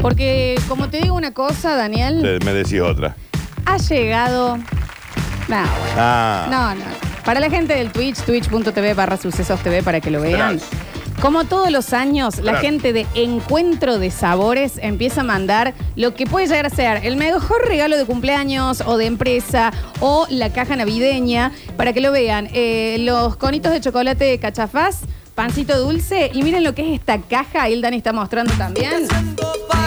Porque, como te digo una cosa, Daniel, Te- Me decís otra. ha llegado. Nah, bueno. Ah. No, no. Para la gente del Twitch, twitch.tv barra sucesos TV para que lo vean. Trans. Como todos los años, la Trans. gente de Encuentro de Sabores empieza a mandar lo que puede llegar a ser el mejor regalo de cumpleaños o de empresa o la caja navideña para que lo vean. Eh, los conitos de chocolate de cachafaz, pancito dulce y miren lo que es esta caja. Ahí el Dani está mostrando también.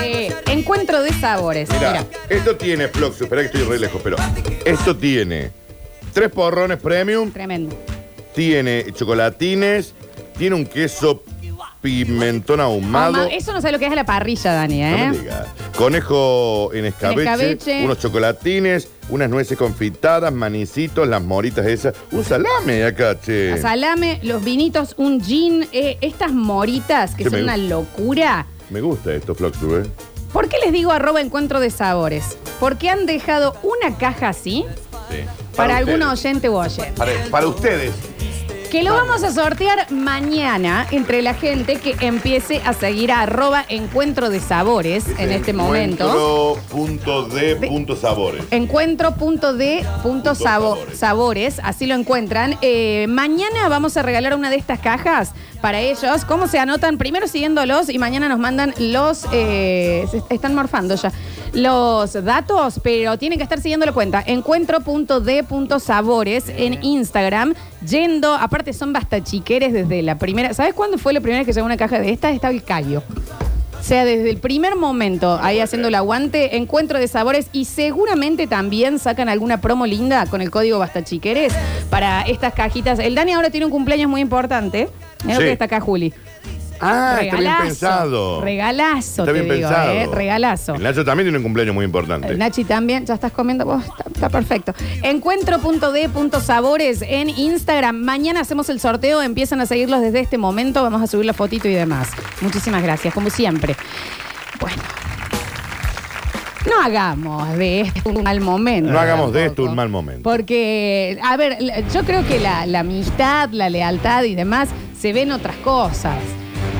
Eh, encuentro de Sabores. Mira, Mira. esto tiene Floxus, espera que estoy re lejos, pero esto tiene tres porrones premium, Tremendo. tiene chocolatines, tiene un queso pimentón ahumado. Ahumado. Eso no sabe lo que es a la parrilla, Dani, ¿eh? No me digas. Conejo en escabeche, En escabeche. unos chocolatines, unas nueces confitadas, manicitos, las moritas esas, un salame acá, che. A Salame, los vinitos, un gin, eh, estas moritas que Sí, son me una gusta. locura. Me gusta esto, Floxu, ¿eh? ¿Por qué les digo arroba encuentro de sabores? Porque han dejado una caja así Sí. para, algún algunos oyente o oyente. Para, para ustedes. Que lo vamos a sortear mañana entre la gente que empiece a seguir a arroba encuentro de sabores en este momento. Encuentro Punto de punto sabores. Encuentro.de. Punto Sabo- sabores. sabores, así lo encuentran. Eh, mañana vamos a regalar una de estas cajas para ellos. ¿Cómo se anotan? Primero siguiéndolos y mañana nos mandan los. eh, se est- están morfando ya. Los datos, pero tienen que estar siguiendo la cuenta. Encuentro.d.sabores en Instagram. Yendo, aparte son bastachiqueres desde la primera. ¿Sabes cuándo fue la primera vez que llegó una caja de estas? Estaba el callo. O sea, desde el primer momento, ahí haciendo el aguante, encuentro de sabores y seguramente también sacan alguna promo linda con el código Bastachiqueres para estas cajitas. El Dani ahora tiene un cumpleaños muy importante. Mira lo Sí. que está acá, Juli. Ah, está bien pensado. Regalazo, Está te bien digo, pensado. ¿eh? Regalazo. El Nacho también tiene un cumpleaños muy importante. Nachi también, ya estás comiendo vos, está, está perfecto. Encuentro.d.sabores en Instagram. Mañana hacemos el sorteo, empiezan a seguirlos desde este momento, vamos a subir la fotito y demás. Muchísimas gracias, como siempre. Bueno. No hagamos de esto un mal momento. No hagamos de este tampoco. esto un mal momento. Porque, a ver, la- yo creo que la, la amistad, la lealtad y demás se ven otras cosas.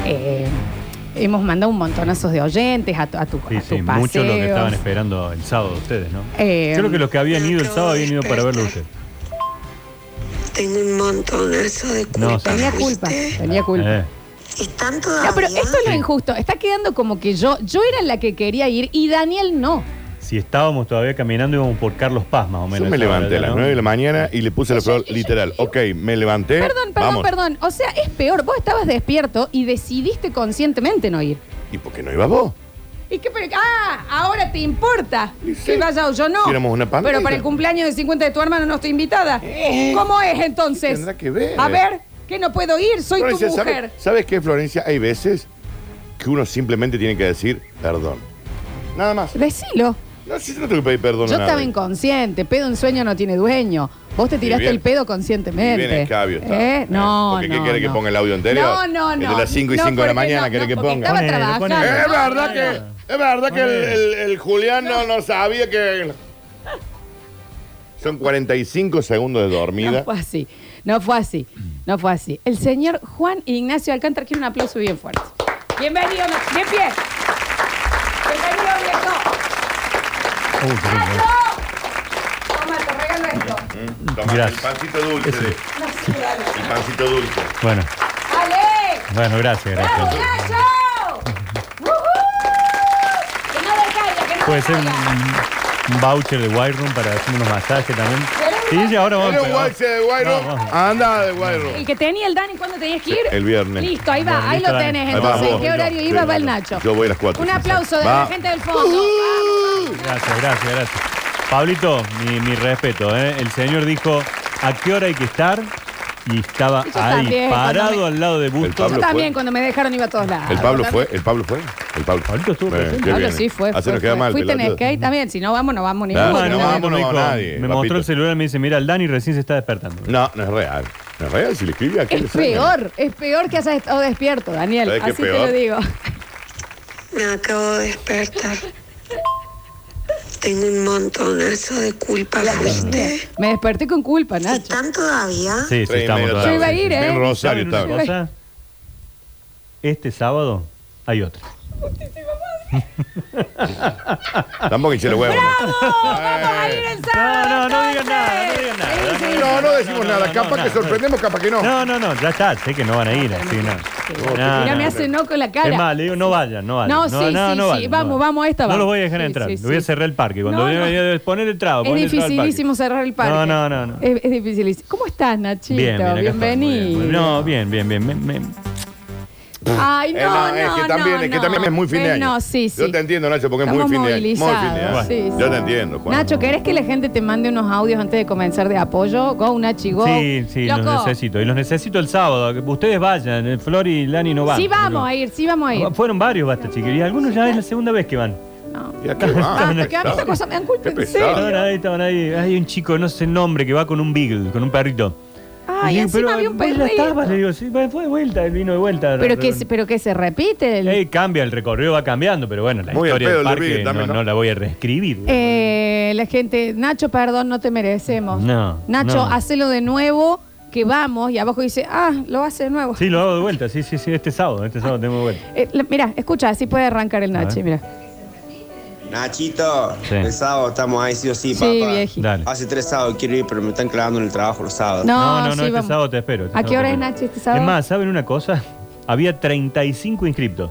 Eh, hemos mandado un montonazos de oyentes a, tu- a tu, Sí, a sí, tus muchos los que paseos. estaban esperando el sábado ustedes, ¿no? Eh, Yo creo que los que habían ido el sábado habían ido para verlo ustedes. Tengo un montonazo de culpa. No, sí. Tenía culpa, ¿fuiste? tenía culpa. Eh, ¿Están No, todavía? pero esto es lo Sí. injusto. Está quedando como que yo, yo era la que quería ir y Daniel no. si estábamos todavía caminando íbamos por Carlos Paz más o menos. Yo me esa hora levanté ya, a las ¿no? 9 de la mañana y le puse la flor literal. Ok, me levanté. Perdón, perdón, vamos. perdón. O sea, es peor. Vos estabas despierto y decidiste conscientemente no ir. ¿Y por qué no ibas vos? ¿Y qué? pero- ah, ahora te importa Y sí. que vaya o yo no. Si éramos una pandilla. Pero para el cumpleaños de 50 de tu hermano no estoy invitada. Eh. ¿Cómo es entonces? Tendrá que ver. A ver, que no puedo ir, soy Florencia, tu ¿sabe- mujer. ¿sabes, qué, Florencia? Hay veces que uno simplemente tiene que decir perdón. Nada más. Decilo. No, si yo no tengo que pedir perdón Yo a nadie. estaba inconsciente, pedo en sueño no tiene dueño. Vos te tiraste bien. el pedo Y conscientemente. Bien escabio está. ¿Eh? No, Porque no. ¿Qué quiere que no. ponga el audio anterior? No, no, no. El de las 5 y No, 5 de la porque mañana, no, ¿quiere no, que porque ponga? Estaba trabajando. Ponele, ponele. Es No, verdad no, que, no. es verdad que el, el- el Julián no, no sabía que... Son 45 segundos de No dormida. fue así. No fue así. No fue así. El señor Juan Ignacio Alcántara quiere un aplauso bien fuerte. Bienvenido, no- de pie. Bienvenido, viejo. Uy, qué lindo. ¡Nacho! Toma, te regalo esto. Toma, Gracias. el pancito dulce. Ese. No sé, dale. El pancito dulce. Bueno, ¡Ale! bueno, gracias, ¡Bravo, gracias. Nacho! ¡Woohoo! Que no decaiga, que no Puede ser un, decaiga. un voucher de White Room para hacer unos masajes también. Sí, sí, ahora vamos. Era un pero- guache de guayro. No, vamos. Anda de guayro. El que tenía el Dani, ¿cuándo tenías que ir? El viernes. Listo, ahí va, Bueno, ahí listo, lo Dani. tenés Ahí va, entonces. vos. ¿Qué horario Sí, iba? Va el vale. Nacho. Yo voy a las 4. Un aplauso de la Va. Uh-huh. gente del fondo. Ah, Gracias, gracias, gracias. Pablito, mi, mi respeto, ¿eh? El señor dijo a qué hora hay que estar y estaba Y yo ahí, también, parado cuando me- al lado de Bustos. Yo Pablo también fue. cuando me dejaron iba a todos lados. El Pablo fue, el Pablo fue, el Pablo. Pablito estuvo Bueno, presente. qué Pablo bien. sí fue. Así fue, nos queda fue. mal, Fuiste en pelotudo. skate también. Si no vamos, no vamos ninguno. Claro, No, Ah, no, no, vamos, no no dijo. va nadie, Me papito. mostró el celular y me dice, mira, el Dani recién se está despertando. No, no es real. No es real si le escribí aquí. le Es sacan. peor, es peor que hayas estado despierto, Daniel. ¿Sabés qué Así te peor? lo digo. Me acabo de despertar. Tengo un montonazo de culpa. ¿Fuiste? Me desperté con culpa, Nacho. ¿Están todavía? Sí, sí, Tres y media estamos de la todos. tarde. Yo iba a ir, ¿eh? En Rosario ¿Saben una estaba. cosa? Este sábado hay otro. Tampoco hinche los huevos. ¡Vamos! ¡Vamos a ir el sábado! No, no, no digan entonces! nada, no digan nada. Sí, sí. No, no decimos No, no, nada. no, capaz no, que no. sorprendemos, capaz que no. No, no, no, ya está, sé que no van a ir así, no. No, Mira, no, me no. hace no con la cara. Es más, le digo, no vayan, no vayan. No, sí, sí, sí, vamos, vamos a esta, No vamos. los voy a dejar Sí, entrar, sí, le voy a sí. cerrar el parque. Cuando No, viene- no. viene- poner el trago, Es poner el trago al parque. dificilísimo cerrar el parque. No, no, no, no. Es, es dificilísimo. ¿Cómo estás, Nachito? Bien, bien, acá estoy, muy Bienvenido. bien, muy bien. No, bien, bien, bien. me- me- Ay, no, Eh, no, no, es que no, también, es que no. también es muy fin de Eh, año. No, sí, sí. Yo te entiendo, Nacho, porque Estamos es muy fin de año. Muy fin de año. movilizados, sí, sí. Yo te entiendo, Juan. Nacho, ¿querés que la gente te mande unos audios antes de comenzar de apoyo? Go, Nachi, go. Sí, sí, Loco. los necesito. Y los necesito el sábado. que Ustedes vayan, eh, Flor y Lani no van. Sí vamos a ir, sí vamos a ir. Ah, Fueron varios, basta, chiquillos. Y algunos ya es la segunda vez que van. No. ¿Y a qué va? Basta, Qué Ah, que a mí esta pesado. cosa me dan culpa, Qué en pesado. serio. Estaban ahí, estaban ahí. Hay un chico, no sé el nombre, que va con un beagle, con un perrito. Ay, Y digo, Ah, encima había un vos la estabas, le perrito. digo, sí, va- fue de vuelta, vino de vuelta. Pero que, se- pero que se repite. el- Eh, cambia, el recorrido va cambiando, pero bueno, la Muy al historia pedo del el de parque Beagle también, no, ¿no? no la voy a reescribir. Eh, la gente, Nacho, perdón, no te merecemos. No, Nacho, no. hacelo de nuevo, que vamos. Y abajo dice, ah, lo hace de nuevo. Sí, lo hago de vuelta, sí, sí, sí, este sábado, este sábado tengo de vuelta. Eh, la- mira, escucha, así puede arrancar el A Nachi, ver. mira. Nachito, Sí. el sábado estamos ahí sí o sí, Sí, papá. vieji. Dale. Hace tres sábados quiero ir, pero me están clavando en el trabajo los sábados. No, No, no, no, sí, este vamos. sábado te espero. este ¿A qué sábado hora te es, espero. Nachi, este sábado? Es más, ¿saben una cosa? Había 35 inscriptos.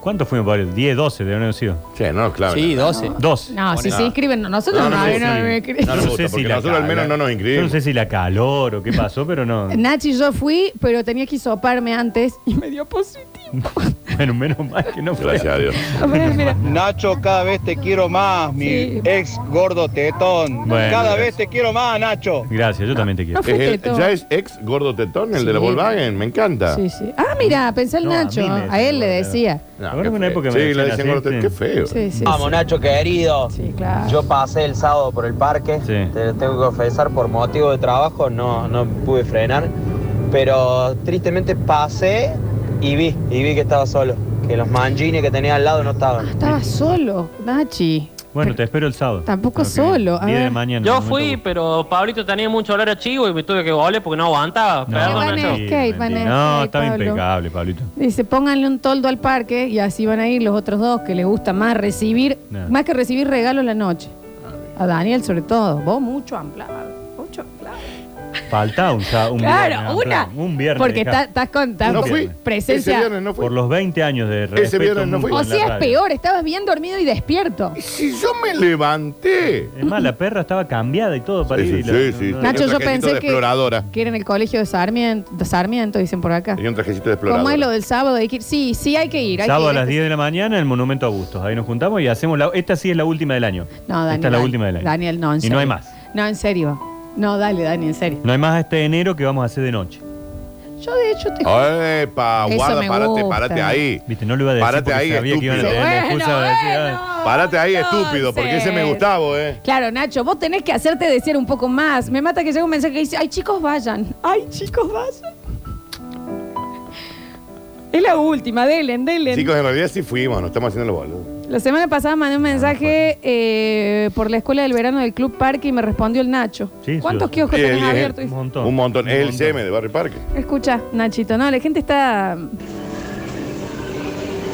¿Cuántos fuimos para el 10, 12 de haber sido? Sí, no nos claven. Sí, 12. 12. No, si se inscriben, no, nosotros No, no, no me no, no, Sí. me inscribimos. No nos gusta, porque la nosotros al cala- menos no nos inscribimos. Yo no sé si la calor o qué pasó, pero no. Nachi, yo fui, pero tenía que soparme antes y me dio positivo. bueno, menos mal que no fue. Gracias a Dios. A ver, mira. Nacho, cada vez te quiero más, mi Sí. ex gordo tetón. Bueno, cada gracias. vez te quiero más, Nacho. Gracias, yo también te quiero. No fue Es el- tetón. ya es ex gordo tetón, el de la Sí. Volkswagen, me encanta. Sí, sí. Ah, mira, pensé el No, a mí Nacho. me A, decían él le gordo, decía. No, Ahora qué en una feo. época me Sí, le decían decían así, gordo tetón. sí. Qué feo. Sí, sí. Vamos, Nacho querido. Sí, claro. Yo pasé el sábado por el parque. Sí. Te lo tengo que confesar, por motivo de trabajo no, no pude frenar. Pero tristemente pasé y vi, y vi que estaba solo. Que los mangines que tenía al lado no estaban. Estaba solo, Nachi. Bueno, te espero el sábado. Tampoco Ok, solo, a 10 de ver. mañana. Yo no me fui, toco. pero Pablito tenía mucho olor a chivo y me tuve que volver porque no aguantaba. No, Perdón, Van a Nacho. mentira, escape, van a mentira. escape, no, estaba Pablo. impecable, Pablito. Dice, pónganle un toldo al parque y así van a ir los otros dos que les gusta más recibir, No. más que recibir regalos la noche. Ah, A Daniel sobre todo. Vos mucho amplado. Mucho amplado. Falta un, sa- un Claro, viernes, una. Un viernes. Porque dejá. está- estás con estás No con fui. Ese presencia. viernes no fui. Por los 20 años de respeto. viernes no fui. mutuo O en la sea, es radio. peor, estabas bien dormido y despierto. Y si yo me levanté. Es más, la perra estaba cambiada y todo para Sí, ir. sí, y la- sí, no, sí. no, Nacho, Tenía yo un trajecito pensé de que, exploradora. que era en el colegio de Sarmiento, de Sarmiento dicen por acá. Tenía un trajecito de exploradora. ¿Cómo es lo del sábado? Hay que ir. Sí, sí, hay que ir. hay Sábado a que ir. las 10 de la mañana en el Monumento a Bustos. Ahí nos juntamos y hacemos la. Esta sí es la última del año. No, Daniel. Esta es la última del año. Daniel, no, en Y serio. no hay más. No, en serio. No, dale, Dani, en serio. No hay más este enero que vamos a hacer de noche. Yo, de hecho, te. ¡Epa! Eso Guarda, me párate, gusta. párate ahí. Viste, no lo iba a decir Párate porque ahí, sabía que iban a estúpido. tener la excusa de decir, "Ah". Párate ahí, estúpido, porque ese me gustaba. gustaba, ¿eh? Claro, Nacho, vos tenés que hacerte decir un poco más. Me mata que llegue un mensaje que dice, ay chicos, vayan. Ay chicos, vayan. Es la última, Delen, Delen. Chicos, en realidad sí fuimos, nos estamos haciendo los boludos. La semana pasada mandé un mensaje eh, por la escuela del verano del Club Parque y me respondió el Nacho. Sí, sí, ¿Cuántos sí. kioscos Sí, tenés sí, sí. abiertos? Un montón. Un montón. Un Es el montón. CM de Barrio Parque. Escucha, Nachito, no, la gente está...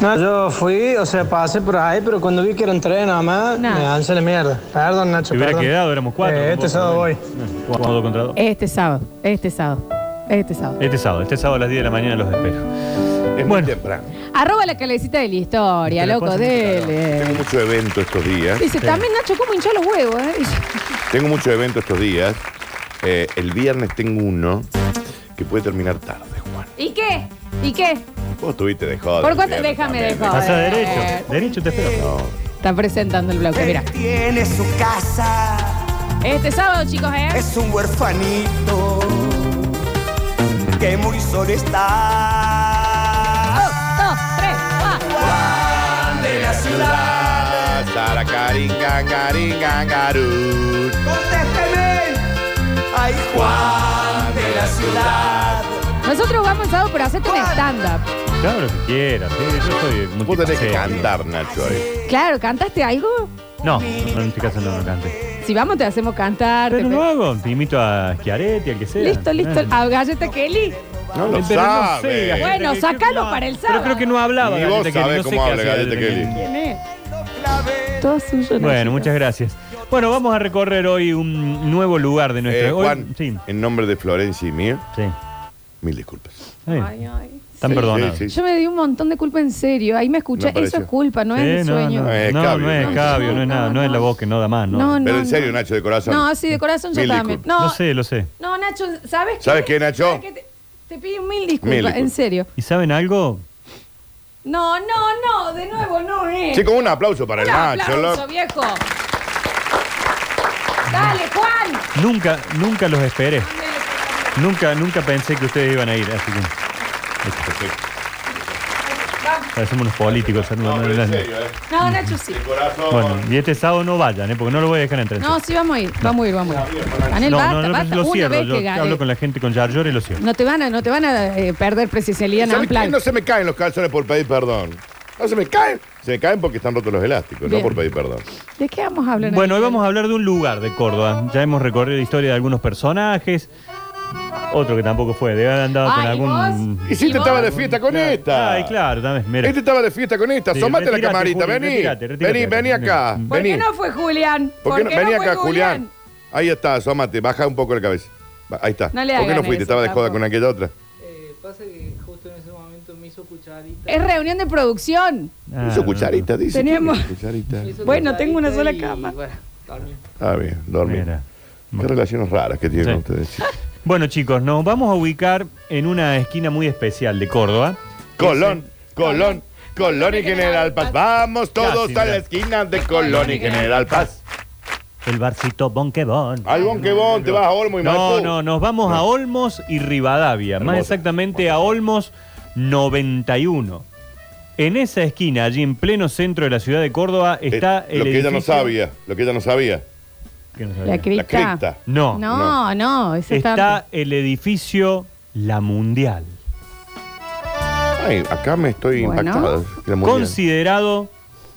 No, yo fui, o sea, pasé por ahí, pero cuando vi que eran tres nada más, Nah. me lancé la mierda. Perdón, Nacho. Si hubiera quedado, éramos cuatro. Eh, este Vos, sábado también. voy. Eh, Jugamos dos contra dos. Este sábado, este sábado, este sábado. Este sábado, este sábado a las 10 de la mañana los espero. Es muy Bueno. temprano. Arroba la calecita de la historia, Te la loco, pasan Tengo dele. mucho evento estos días. Dice, Este. también Nacho, ¿cómo hinchó los huevos? eh?" Tengo mucho evento estos días. Eh, el viernes tengo uno que puede terminar tarde, Juan. ¿Y qué? ¿Y qué? Vos estuviste de joda. ¿Por el cuánto? viernes Déjame también, de ¿no? joda. Pasa Joder. derecho. Derecho te espero. Está presentando el bloque, mira. Tiene su casa, Eh. Este sábado, chicos, ¿eh? es un huerfanito que muy solo está. Un, dos, tres, cuatro. De la ciudad. Saracaricangaringangarú. Contésteme, ay Juan de la ciudad. Nosotros vamos sábado por hacerte un stand-up. Claro lo que quieras. sí, Yo soy Vos tenés que multifacético. cantar, Nacho, eh. ahí. Claro, ¿cantaste algo? No, no, en este caso no, no cante. Si vamos, te hacemos cantar. Pero te- lo hago. Te invito a Schiaretti, al que sea. Listo, listo. Ah. A Galleta Kelly. No lo Eh, Pero no sabe. sé, Galleta Bueno, Kelly, sacalo creo que no- para el Pero creo que no hablaba. Ni Galleta vos Kelly, sabés no sé cómo qué habla hacía Galleta Kelly. ¿Quién es? Todo suyo. Bueno, Nachito. muchas gracias. Bueno, vamos a recorrer hoy un nuevo lugar de nuestra. Eh, hoy- Juan, sí, en nombre de Florencia y mío, sí. mil disculpas. Está bien. Ay, ay. Están Sí, perdonados. sí, sí. Yo me di un montón de culpa en serio. Ahí me escuché. Me pareció. Eso es culpa, no Eh, es un sueño. No, no, es no, cabio, no es no. cabio, no es nada, no es la voz que no da más, ¿no? No, no, Pero en serio, no. Nacho, de corazón. No, sí, de corazón yo Mil también. disculpas. No, Lo sé, lo sé. no, Nacho, ¿sabes qué? ¿Sabes qué, Nacho? ¿Sabes qué? Te, te pido mil disculpas, Mil disculpas. en serio. ¿Y saben algo? No, no, no, de nuevo no es. Chicos, un aplauso para Un el Nacho. aplauso, lo- viejo. Dale, Juan. Nunca, nunca los esperé. Nunca, nunca pensé que ustedes iban a ir, así que. Parecemos unos políticos. ¿no? No, No, pero en no. serio, eh. No, Nacho sí. De corazón. Bueno, y este sábado no vayan, ¿eh? porque no lo voy a dejar entrar. No, sí, vamos a ir, vamos a ir, vamos a ir. Anel, no, basta, no, no, basta. lo Una cierro. vez Yo que gane. hablo con la gente con Yaryor y lo cierro. No te van a, no te van a eh, perder presencialidad en ¿Sabes qué? Amplan. No se me caen los calzones por pedir perdón. No se me caen. Se me caen porque están rotos los elásticos, Bien. no por pedir perdón. ¿De qué vamos a hablar? Bueno, hoy vamos a hablar de un lugar de Córdoba. Ya hemos recorrido la historia de algunos personajes. Otro que tampoco fue, debe haber andado con Ay, algún. vos. Y si ¿Y te vos? estaba de fiesta con esta. Ay, claro, también. Mira. Este estaba de fiesta con esta. Sí, Asomate la retirate, camarita. Juli, vení. retirate, vení, retirate acá, vení acá. vení. ¿Por Vení. qué no fue Julián? ¿Por qué no- vení fue acá, Julián. Ahí está, asómate. Baja un poco la cabeza. Va, Ahí está. No le ¿Por qué hagan no fuiste? eso, Estaba de joda tampoco. con aquella otra. Es reunión de producción. Ah, Hizo cucharita, dice. Tenemos- Cucharita. Bueno, tengo una sola cama. Ah, bien, no, dormí. mira. Qué relaciones raras que tienen Sí. ustedes. Bueno, chicos, nos vamos a ubicar en una esquina muy especial de Córdoba. Colón, Colón, Colón y General Paz. Vamos todos Casi, a la mira. esquina de Colón y General Paz. El barcito Bonquebón. Al bon que bon, te vas a Olmo y No, Maipú. no, nos vamos a Olmos y Rivadavia, más Uh. Hermoso. exactamente a Olmos 91. En esa esquina, allí en pleno centro de la ciudad de Córdoba, Eh, está el lo que ella no edificio- sabía, lo que ella no sabía. ¿Qué no sabía? La cripta. La cripta. No, No, no, ese está el edificio La Mundial, Ay, acá me estoy Bueno. impactado. Era muy bien. considerado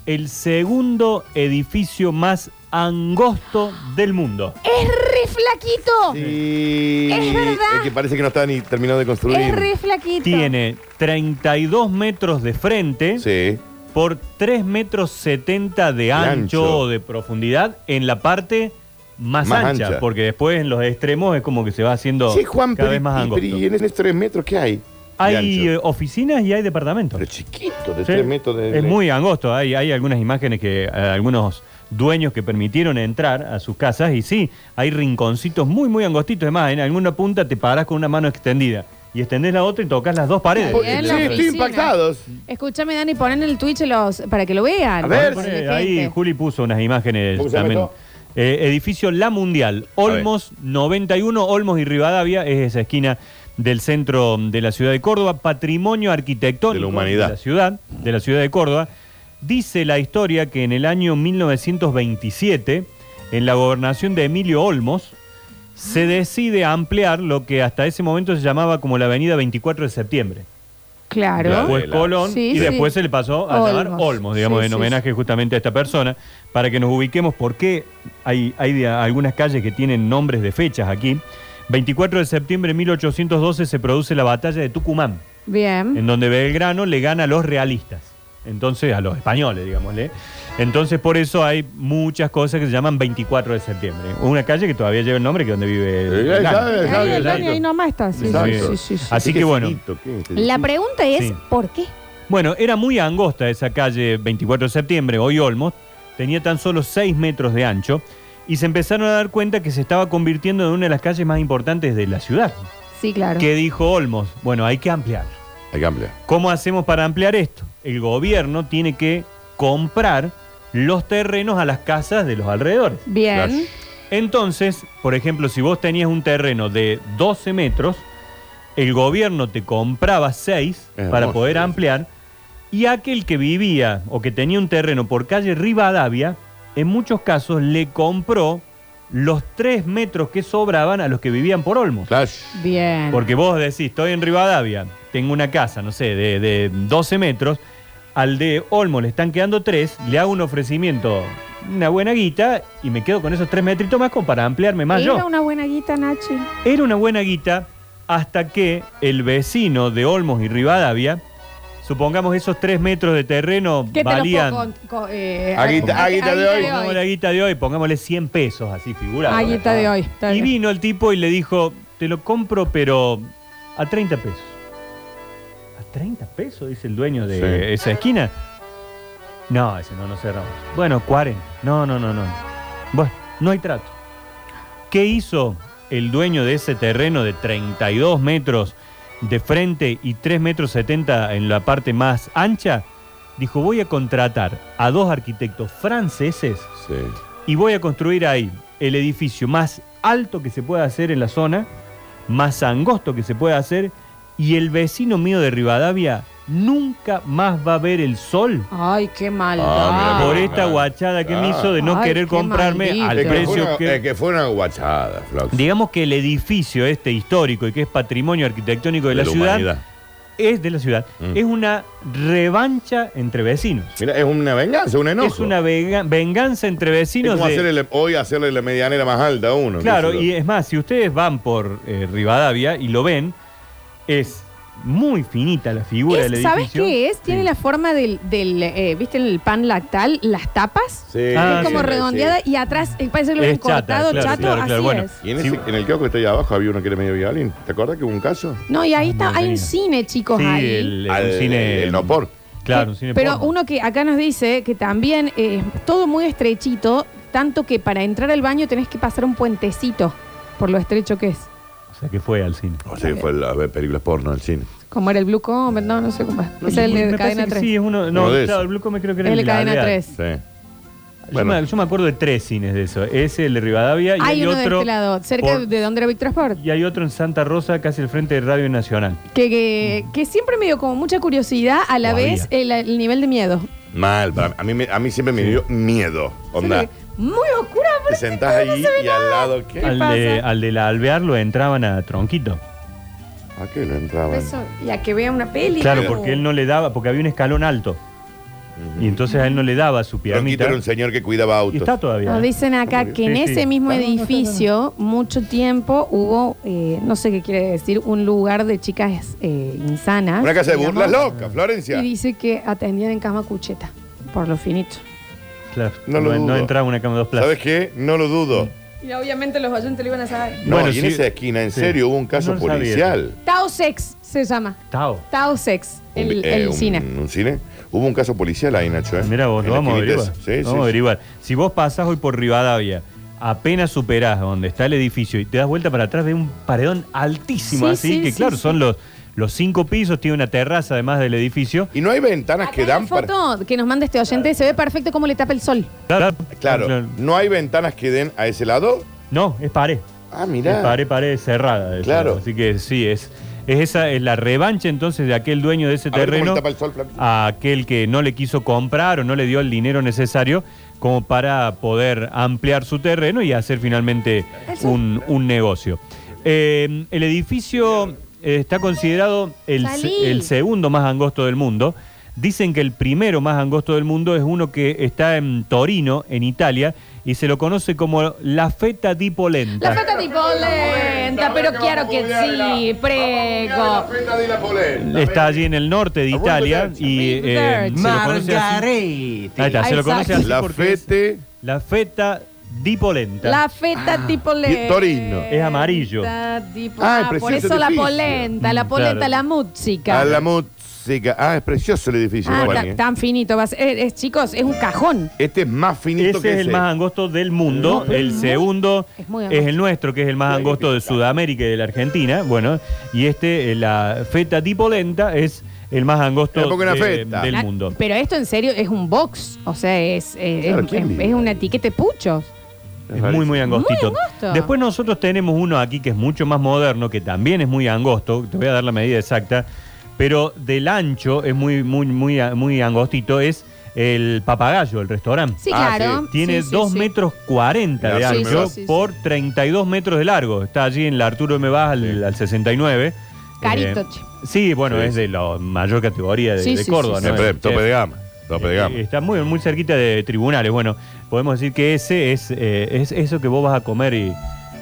el segundo edificio más angosto del mundo. Es re flaquito. Sí. Es verdad. que parece que no está ni terminado de construir. Es re flaquito. Tiene 32 metros de frente. Sí. por 3 metros 70 de ancho, ancho. o de profundidad en la parte más, Más ancha, ancha. porque después en los extremos es como que se va haciendo Sí, Juan, cada pero, vez más y- angosto. pero ¿y en esos tres metros qué hay? de hay ancho? eh, oficinas y hay departamentos. Pero chiquito, de Sí. tres metros de... es muy angosto, hay, hay algunas imágenes que eh, algunos dueños que permitieron entrar a sus casas y sí, hay rinconcitos muy, muy angostitos. Además, en alguna punta te paras con una mano extendida y extendés la otra y tocas las dos paredes. Sí, Bien, la estoy oficina. impactados. Escúchame, Dani, pon en el Twitch los, para que lo vean. A ver. Por Poné- la ahí gente. Juli puso unas imágenes ¿Cómo se llama también. esto? Eh, edificio La Mundial, Olmos 91, Olmos y Rivadavia, es esa esquina del centro de la ciudad de Córdoba, patrimonio arquitectónico De la humanidad. la ciudad, de la ciudad de Córdoba. Dice la historia que en el año 1927, en la gobernación de Emilio Olmos, se decide ampliar lo que hasta ese momento se llamaba como la Avenida 24 de Septiembre. Claro. Después Claro. Colón Sí, y sí. después se le pasó a llamar Olmos. Olmos, digamos, Sí, en sí, homenaje justamente a esta persona, para que nos ubiquemos por qué hay, hay de- algunas calles que tienen nombres de fechas aquí. 24 de septiembre de 1812 se produce la batalla de Tucumán, Bien. en donde Belgrano le gana a los realistas, entonces a los españoles, digámosle. Entonces por eso hay muchas cosas que se llaman 24 de septiembre. Una calle que todavía lleva el nombre que es donde vive... Eh, Belgrano. ¿sabes? Ahí, Exacto. el Dani, ahí nomás está. Sí, sí, Exacto. Ah, sí, sí, sí. Así que bueno. La pregunta es, Sí. ¿por qué? Bueno, era muy angosta esa calle 24 de septiembre, hoy Olmos, tenía tan solo 6 metros de ancho y se empezaron a dar cuenta que se estaba convirtiendo en una de las calles más importantes de la ciudad. Sí, claro. ¿Qué dijo Olmos? Bueno, hay que ampliar. Hay que ampliar. ¿Cómo hacemos para ampliar esto? El gobierno tiene que comprar los terrenos a las casas de los alrededores. Bien. Entonces, por ejemplo, si vos tenías un terreno de 12 metros, el gobierno te compraba 6 Hermoso, para poder sí. ampliar, y aquel que vivía o que tenía un terreno por calle Rivadavia, en muchos casos le compró los 3 metros que sobraban a los que vivían por Olmos. Clash. Bien. Porque vos decís, estoy en Rivadavia, tengo una casa, no sé, de, de 12 metros, al de Olmo le están quedando 3, le hago un ofrecimiento, una buena guita, y me quedo con esos 3 metritos más como para ampliarme más Era yo. una buena guita, Nachi. Era una buena guita, hasta que el vecino de Olmos y Rivadavia, supongamos esos tres metros de terreno, ¿Qué te valían los puedo con- co- eh, Aguita- a- aguita de hoy. Pongamos la guita de hoy, pongámosle 100 pesos, así figurado. Aguita de hoy. está Y bien. vino el tipo y le dijo, te lo compro, pero a 30 pesos. ¿A 30 pesos? Dice el dueño de Sí. esa esquina. No, ese no, no cerramos. Bueno, 40. No, no, no, no. Bueno, no hay trato. ¿Qué hizo el dueño de ese terreno de 32 metros de frente y 3 metros 70 en la parte más ancha? Dijo, voy a contratar a dos arquitectos franceses Sí. y voy a construir ahí el edificio más alto que se pueda hacer en la zona, más angosto que se pueda hacer, y el vecino mío de Rivadavia nunca más va a ver el sol Ay, qué maldad. Ah, mira, por Ah, esta claro. guachada que me Ah. hizo de no Ay, querer qué comprarme maldito. al Es que, fue precio una, que... es que fue una guachada, Flox. Digamos que el edificio este histórico y que es patrimonio arquitectónico de, la, ciudad, humanidad. es de la ciudad, Mm. es una revancha entre vecinos. Mira, es una venganza, un enojo. Es una vega- venganza entre Es vecinos como de... hacerle- hoy hacerle la medianera más alta a uno. Claro, qué sé y yo. es más, si ustedes van por eh, Rivadavia y lo ven, es muy finita la figura Es- del ¿Sabes edificio. qué es? Tiene Sí. la forma del, del eh, ¿viste el pan lactal? Las tapas. Sí, Ah, es como sí, redondeada sí. y atrás eh, parece que lo Es han chata, cortado claro, chato, claro, claro, así bueno. es. Y en, Sí. ese- en el kiosco que estoy abajo había uno que era medio violín. ¿Te acuerdas que hubo un caso? No, y ahí está, No hay un tenía. cine, chicos, ah, Sí, ahí. el, el Al- cine. El Nopor. Claro, un cine. Pero porno. uno que acá nos dice que también eh, es todo muy estrechito, tanto que para entrar al baño tenés que pasar un puentecito por lo estrecho que es. O sea, que fue al cine. O sea, que fue a ver películas porno al cine. Como era el Blue Comet, no, no sé cómo es. es el de Me parece cadena que 3. Sí, es uno. No, Uno de claro, esos. el Blue Comet creo que es era el de la cadena aldea. 3. Sí. Yo, Bueno. me, yo me acuerdo de tres cines de eso. Ese, el de Rivadavia, y hay, Hay uno de otro. este lado, cerca por- de donde era Victor Sport. Y hay otro en Santa Rosa, casi al frente de Radio Nacional. Que, que, que siempre me dio como mucha curiosidad, a la Todavía. vez el, el nivel de miedo. Mal, para mí. A mí, me- a mí siempre me dio miedo. Onda, Siempre que- Muy oscura, te pero sentás ahí y al lado, ¿qué? Al de, pasa? al de la Alvear lo entraban a Tronquito. ¿A qué lo entraban? eso, y a que vea una peli. Claro, ¿no? porque él no le daba, porque había un escalón alto. Y entonces a él no le daba su Bronquito piernita. era un señor que cuidaba Y autos. está todavía. ¿eh? Nos dicen acá que en Sí, sí. ese mismo Claro, no, edificio, mucho tiempo, hubo, eh, no sé qué quiere decir, un lugar de chicas eh, insanas. Una casa de digamos, burlas loca, Florencia. Y dice que atendían en cama cucheta, por lo finito. Claro. No No, lo dudo. no entraba una cama de dos plazas. ¿Sabes qué? No lo dudo. Y obviamente los oyentes lo iban a saber. No, Bueno, y en sí. esa esquina, en Sí. serio, hubo un caso No lo sabía. policial. Tao Sex se llama. Tao. Tao Sex, Un- el, eh, el un- cine. ¿Un cine? Hubo un caso policial ahí, Nacho. ¿eh? Mira vos, En lo la vamos a esquinita averiguar. esa. Sí, vamos sí, a sí. averiguar. Si vos pasás hoy por Rivadavia, apenas superás donde está el edificio y te das vuelta para atrás, ves un paredón altísimo Sí, así, sí, que sí, claro, sí. son los, los cinco pisos, tiene una terraza además del edificio. Y no hay ventanas Acá que hay una dan para. foto que nos manda este oyente, se ve perfecto cómo le tapa el sol. Claro, Claro, no hay ventanas que den a ese lado. No, es pared. Ah, Es mirá. pared, pared cerrada. de ese Claro. lado. Así que sí, es, es esa es la revancha entonces de aquel dueño de ese A ver cómo terreno. le tapa el sol, Flaquito. a aquel que no le quiso comprar o no le dio el dinero necesario como para poder ampliar su terreno y hacer finalmente un, un negocio. Eh, el edificio eh, está considerado el, se- Salí. el segundo más angosto del mundo. Dicen que el primero más angosto del mundo es uno que está en Torino, en Italia, y se lo conoce como la feta di polenta. La feta tipo lenta, pero claro que sí, prego. Está allí en el norte de La Italia Wurtemberg. y eh, se lo conoce así. Ahí está, se lo conoce así La porque es- fete. La feta di polenta. La feta tipo lenta. Torino. Ah. Es amarillo. tipo- Ah, ah, el por precioso eso la edificio. polenta, la Mm, polenta, claro. la música. A la música. Ah, es precioso el edificio, Ah, Juani, ta- eh. tan finito. va a ser. Eh, es- chicos, es un cajón. Este es más finito Ese que es el más angosto del mundo. el segundo es muy es, angosto. el nuestro, que es el más angosto de Sudamérica y de la Argentina. Bueno, y este, eh, la feta di polenta, es el más angosto Era porque una de- feta. del Ah, mundo. Pero esto en serio es un box. O sea, es, eh, Claro, es- ¿quién es- dice? es un etiquete pucho. Es muy, muy angostito. Muy angosto. Después nosotros tenemos uno aquí que es mucho más moderno, que también es muy angosto. Te voy a dar la medida exacta. Pero del ancho es muy, muy, muy, muy angostito. Es el papagayo, el restaurante. Sí, Ah, claro. Tiene Sí, sí, 2 sí. metros 40 de Mirá, sí, ancho sí, sí, sí. por 32 metros de largo. Está allí en la Arturo Me Vas al, al 69. Carito, Eh, che. sí, bueno, Sí. es de la mayor categoría de, Sí, de sí, Córdoba. sí, Eh, ¿no? pero El Tope chef. de gama. Tope de Eh, gama. Está muy, muy cerquita de tribunales. Bueno, podemos decir que ese es, eh, es eso que vos vas a comer y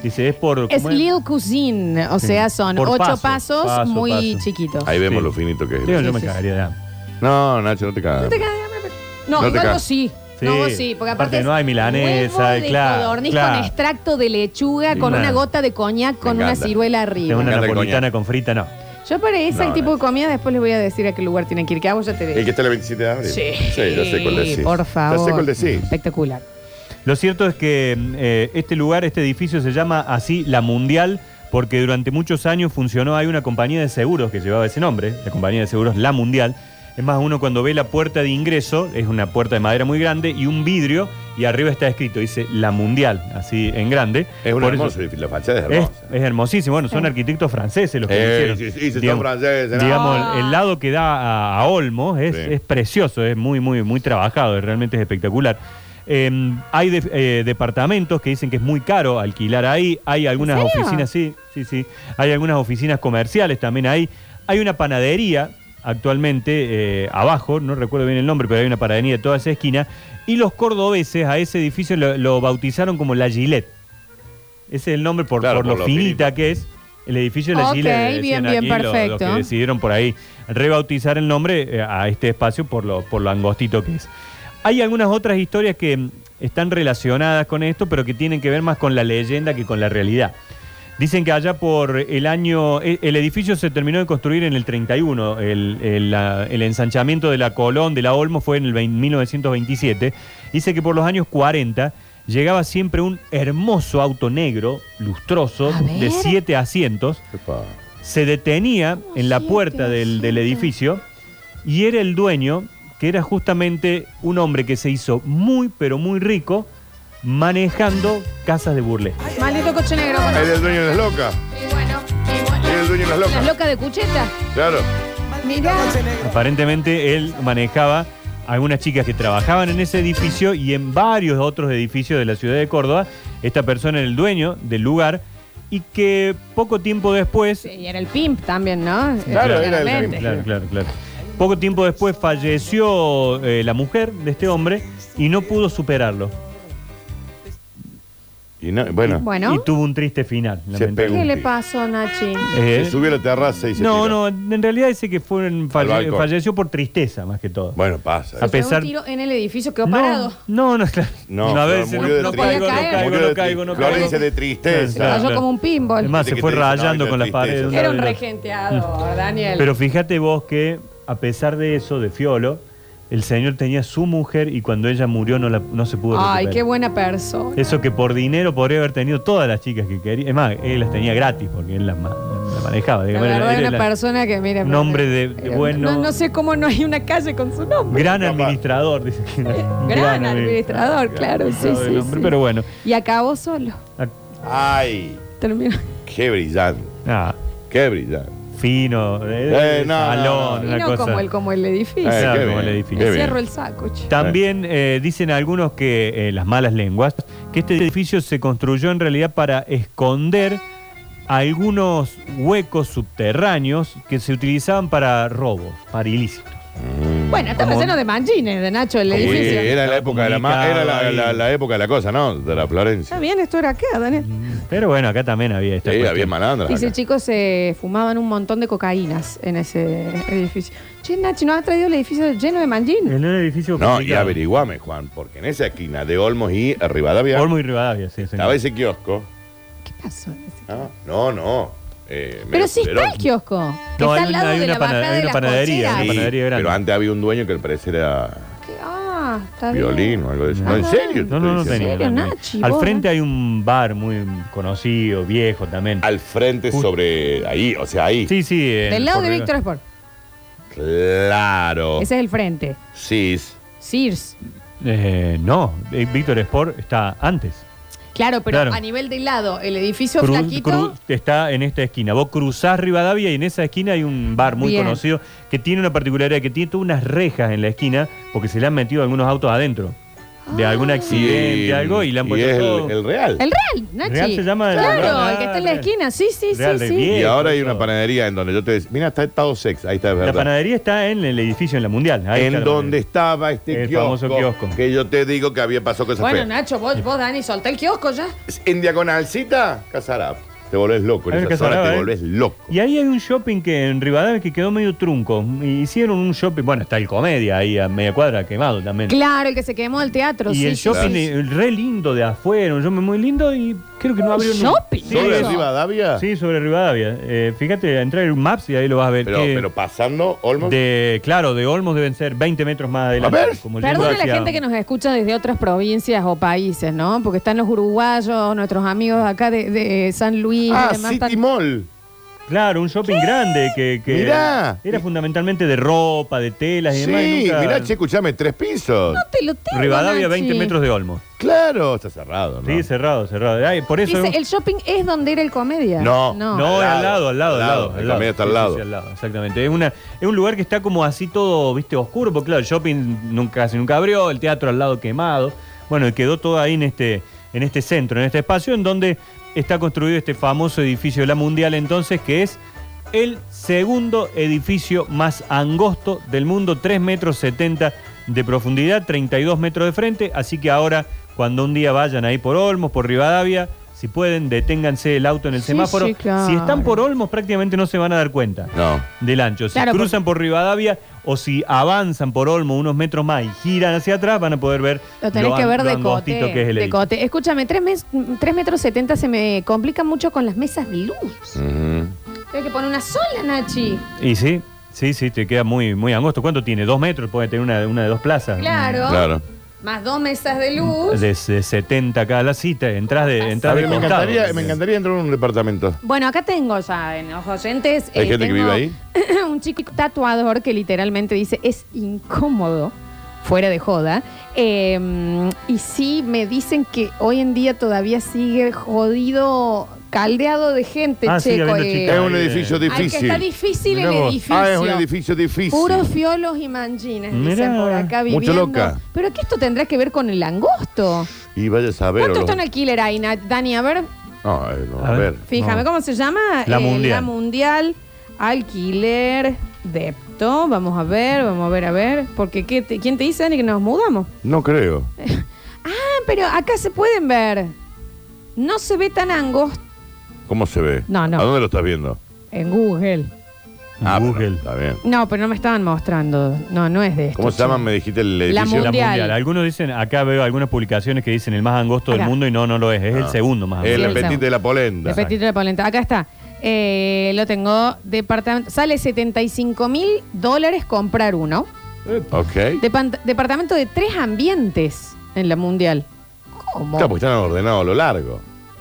Dice, es por. Es ¿cómo es? Lil Cuisine, o sea, son Por ocho paso, pasos paso, muy paso. chiquitos. Ahí vemos Sí. lo finito que es. Digo, yo Sí, me sí, cagaría de hambre. No, Nacho, no te cagas. No te cagas de hambre, pero- No, No te igual cagas. vos sí. Sí. No, vos sí, porque aparte, Aparte no hay milanesa, huevo de claro, codorniz claro. con extracto de lechuga, Sí, con claro. una gota de coñac, con una encanta. ciruela Es arriba. una encanta el napolitana coñac. con frita, no. Yo para ese No, tipo no. de comida después les voy a decir a qué lugar tienen que ir, que a vos ya te ¿El que digo. está el 27 de abril? Sí, Sí, ya sé cuál decís. por favor. Ya sé cuál decís. Espectacular. Lo cierto es que mm, eh, este lugar, este edificio se llama así La Mundial porque durante muchos años funcionó, hay una compañía de seguros que llevaba ese nombre, la compañía de seguros La Mundial. Es más, uno cuando ve la puerta de ingreso, es una puerta de madera muy grande y un vidrio, y arriba está escrito, dice La Mundial, así en grande. Es un Por eso- hermoso edificio, la fachada es Es, hermosa. es hermosísimo. Bueno, son arquitectos franceses los que lo Eh, hicieron. sí, sí, sí, son Digamos- franceses, ¿no? Digamos, el- el lado que da a, a Olmos es, Sí. es precioso, es muy, muy, muy trabajado, es- realmente es espectacular. Eh, hay de- eh, departamentos que dicen que es muy caro alquilar ahí. Hay algunas serio? oficinas, sí, sí, sí. Hay algunas oficinas comerciales también ahí. Hay una panadería actualmente eh, abajo, no recuerdo bien el nombre, pero hay una panadería de toda esa esquina. Y los cordobeses a ese edificio lo, lo bautizaron como la Gillette. Ese es el nombre por, Claro, por por lo lo finito. finita que es. El edificio de la Ok, Gillette, bien, decían bien, aquí lo- los que perfecto. decidieron por ahí rebautizar el nombre eh, a este espacio por lo, por lo angostito que es. Hay algunas otras historias que mm, están relacionadas con esto, pero que tienen que ver más con la leyenda que con la realidad. Dicen que allá por el año. e- El edificio se terminó de construir en el 31. El, el, la- el ensanchamiento de la Colón, de la Olmo, fue en el 20 1927. Dice que por los años 40 llegaba siempre un hermoso auto negro, lustroso, A ver. de siete asientos. Epa. Se detenía en la siete puerta del, del asientos? edificio y era el dueño, que era justamente un hombre que se hizo muy, pero muy rico manejando casas de burlé. Maldito coche negro. Es el dueño de las locas. Y bueno, y bueno. Es el dueño de las Las locas. locas de cucheta. Claro. Mirá. Aparentemente él manejaba algunas chicas que trabajaban en ese edificio y en varios otros edificios de la ciudad de Córdoba. Esta persona era el dueño del lugar y que poco tiempo después, Sí, y era el pimp también, ¿no? Claro, era el Claramente. claro, claro, claro. poco tiempo después falleció eh, la mujer de este hombre y no pudo superarlo. Y no, bueno, Bueno. Y tuvo un triste final. lamentablemente. pegó. ¿Qué le pasó, Nachi? Eh, se subió a la terraza y se no, tiró. no, en realidad dice que fue en- falle- Al balcón. falleció por tristeza más que todo. Bueno, pasa. eh. A Se pegó pesar- un tiro en el edificio, quedó No, parado. no, no, claro. No, a pero veces no, murió de no tristeza. caigo, Podía no caer. caigo, Murió no de caigo, tri- no caigo. Florencia de tristeza. Claro, Cayó claro. como un pinball. Es más, se Viste que fue te dicen, rayando "Ay, con qué las paredes. de tristeza". una Era un vez. regenteador, Daniel. Pero fíjate vos que, a pesar de eso, de Fiolo, el señor tenía su mujer y cuando ella murió no, la- no se pudo Ay, recuperar. qué buena persona. Eso que por dinero podría haber tenido todas las chicas que quería. Es más, él las tenía gratis porque él las ma- las manejaba. La Digamos, era- verdad, era una la- persona que, mira. Nombre de- de eh, bueno. No, no sé cómo no hay una calle con su nombre. Gran administrador, dice que era. Gran, administrador, claro, sí, administrador de sí, nombre, sí. Pero bueno. Y acabó solo. Ah, Ay, Terminó. qué brillante. ah, Qué brillante. fino, eh, Eh, no, no, salón, no, Y una no cosa. como el, como el edificio. Eh, Claro, qué como bien, el edificio. qué Le bien. cierro el saco, che. También eh, dicen algunos que eh, las malas lenguas, que este edificio se construyó en realidad para esconder algunos huecos subterráneos que se utilizaban para robos, para ilícitos. Bueno, estaba como- lleno de manjines de Nacho el Sí, edificio. era la época de la, ma- era la, la- la época de la cosa, ¿no? De la Florencia. Está bien, esto era acá, Daniel. Pero bueno, acá también había esta Sí, cuestión. había malandras. Dice, acá. chicos, se fumaban un montón de cocaínas en ese edificio. Che, Nachi, ¿no has traído el edificio lleno de manjines? En un edificio No, y complicado. averiguame, Juan, porque en esa esquina de Olmos y Rivadavia Olmo y Rivadavia, sí, señor. estaba ese kiosco. ¿Qué pasó? en ese- No, no. no, eh, me Pero sí enteró. está el kiosco. Que está No, hay al una- lado hay de una la pana- bajada hay de una las panadería, cocheras. una Sí, panadería grande. Pero antes había un dueño que al parecer era ¿Qué? Ah, está bien. violín o algo de eso. No, en Ah. serio. No, no, no estoy diciendo. tenía. ¿En serio, no tenía. Nachi, Al vos, frente hay un bar muy conocido, viejo también. Al frente sobre ahí, o sea, ahí. Sí, sí. en- Del lado de por- Víctor Sport. Claro. Ese es el frente. Sí. Sears. Eh, no, eh, Víctor Sport está antes. Claro, pero Claro. a nivel de lado, el edificio Cru- flaquito. cru- está en esta esquina. Vos cruzás Rivadavia y en esa esquina hay un bar muy Bien. conocido que tiene una particularidad, que tiene todas unas rejas en la esquina porque se le han metido algunos autos adentro. de Ah. algún accidente, algo, y le han y puesto es todo. el, el real. El Real, Nachi. Real se llama el Claro, Real. el que está en la Real. esquina. Sí, sí, Real sí, de sí. bien. y ahora hay eso. una panadería en donde yo te decía, mira, está estado sex, ahí está, es La verdad. panadería está en el edificio, en la mundial. Ahí está en la donde panadería. estaba este eh. El kiosco, famoso kiosco. Que yo te digo que había pasado cosas Bueno, feas. Nacho, vos, vos, Dani, soltá el kiosco ya. En diagonalcita, Casarab. Te volvés loco. Hay En un esa zona Casarab, te ¿eh? volvés loco. Y ahí hay un shopping que en Rivadavia que quedó medio trunco. Y Hicieron un shopping, bueno, está el Comedia ahí a media cuadra quemado también. Claro, el que se quemó del teatro. y sí, el sí, shopping sí. eh, re lindo de afuera, un shopping muy lindo y creo que no abrió nunca. shopping? Sí, ¿Sobre eso. Rivadavia? sí, sobre Rivadavia. Eh, fíjate, entra en Maps y ahí lo vas a ver. Pero, que pero pasando, Olmos. de, claro, de Olmos deben ser 20 metros más adelante. ver. como yendo Perdón a la hacia- gente que nos escucha desde otras provincias o países, ¿no? Porque están los uruguayos, nuestros amigos acá de, de San Luis. ah, además City están- Mall. Claro, un shopping grande que, que Mirá. era fundamentalmente de ropa, de telas y Sí, demás. y nunca- mirá, che, escuchame, tres pisos. No te lo tengo, Rivadavia, Nachi. 20 metros de Olmos. Claro, está cerrado, ¿no? Sí, cerrado, cerrado. Ay, por eso. Dice, el shopping es donde era el comedia. No. No. No, al lado, al lado, al lado. El comedia está al Sí, lado. sí, sí, Exactamente. Es, una, es un lugar que está como así todo, viste, oscuro, porque claro, el shopping nunca, casi nunca abrió, el teatro al lado quemado. Bueno, y quedó todo ahí en este, en este centro, en este espacio, en donde está construido este famoso edificio de la Mundial, entonces, que es el segundo edificio más angosto del mundo, 3 metros 70 de profundidad, 32 metros de frente, así que ahora cuando un día vayan ahí por Olmos, por Rivadavia, si pueden, deténganse el auto en el Sí, semáforo. sí, claro. Si están por Olmos, prácticamente no se van a dar cuenta No. del ancho. Si Claro, cruzan por Rivadavia o si avanzan por Olmos unos metros más y giran hacia atrás, van a poder ver Lo tenés lo que an- ver lo de cote. angostito que es el de edificio. cote. Escúchame, 3, metros 70 se me complica mucho con las mesas de Mm. luz. Ujú. Tengo que poner una sola, Nachi. Y sí, sí, sí, te queda muy, muy angosto. ¿Cuánto tiene? ¿Dos metros? Puede tener una, una de dos plazas. Claro. Claro. Más dos mesas de luz. De, de 70 cada cita, entras de, A entras ver, de me costado. encantaría, me encantaría entrar en un departamento. Bueno, acá tengo ya en los oyentes. eh, ¿Hay gente que tengo vive ahí? Un chico tatuador que literalmente dice es incómodo, fuera de joda. Eh, y sí, me dicen que hoy en día todavía sigue jodido, caldeado de gente, Ah, sigue checo. habiendo chicas. es eh. un ahí, edificio eh. Ay, que difícil. está difícil Mirá el vos. edificio. Ah, es un edificio difícil. Puros fiolos y manjines, dicen Mirá. por acá Mucho viviendo. loca. Pero que esto tendrá que ver con el angosto. Y vaya a saber. ¿Cuánto o lo- está en alquiler ahí, Na- Dani? A ver, No, eh, no, A a ver. ver. Fíjame, No. ¿cómo se llama? La Eh, Mundial. La Mundial Alquiler Depto. Vamos a ver, vamos a ver, a ver. Porque ¿qué te- ¿quién te dice, Dani, que nos mudamos? No creo. Ah, pero acá se pueden ver. No se ve tan angosto ¿Cómo se ve? No, no. ¿A dónde lo estás viendo? en Google. Ah, bueno, Google. está bien. No, pero no me estaban mostrando. No, no es de esto. ¿Cómo se che. llaman? Me dijiste el La edificio. La Mundial. mundial. Algunos dicen, acá veo algunas publicaciones que dicen el más angosto del Acá. mundo y no, no lo es, es el Ah. segundo más El Sí, el angosto. apetito segundo. de la polenta. De Petit de la Polenta. Acá está. Eh, lo tengo. Departamento. Sale 75 mil dólares comprar uno. Ok. Depan- departamento de tres ambientes en la Mundial. ¿Cómo? Claro, porque pues, están ordenados a lo largo.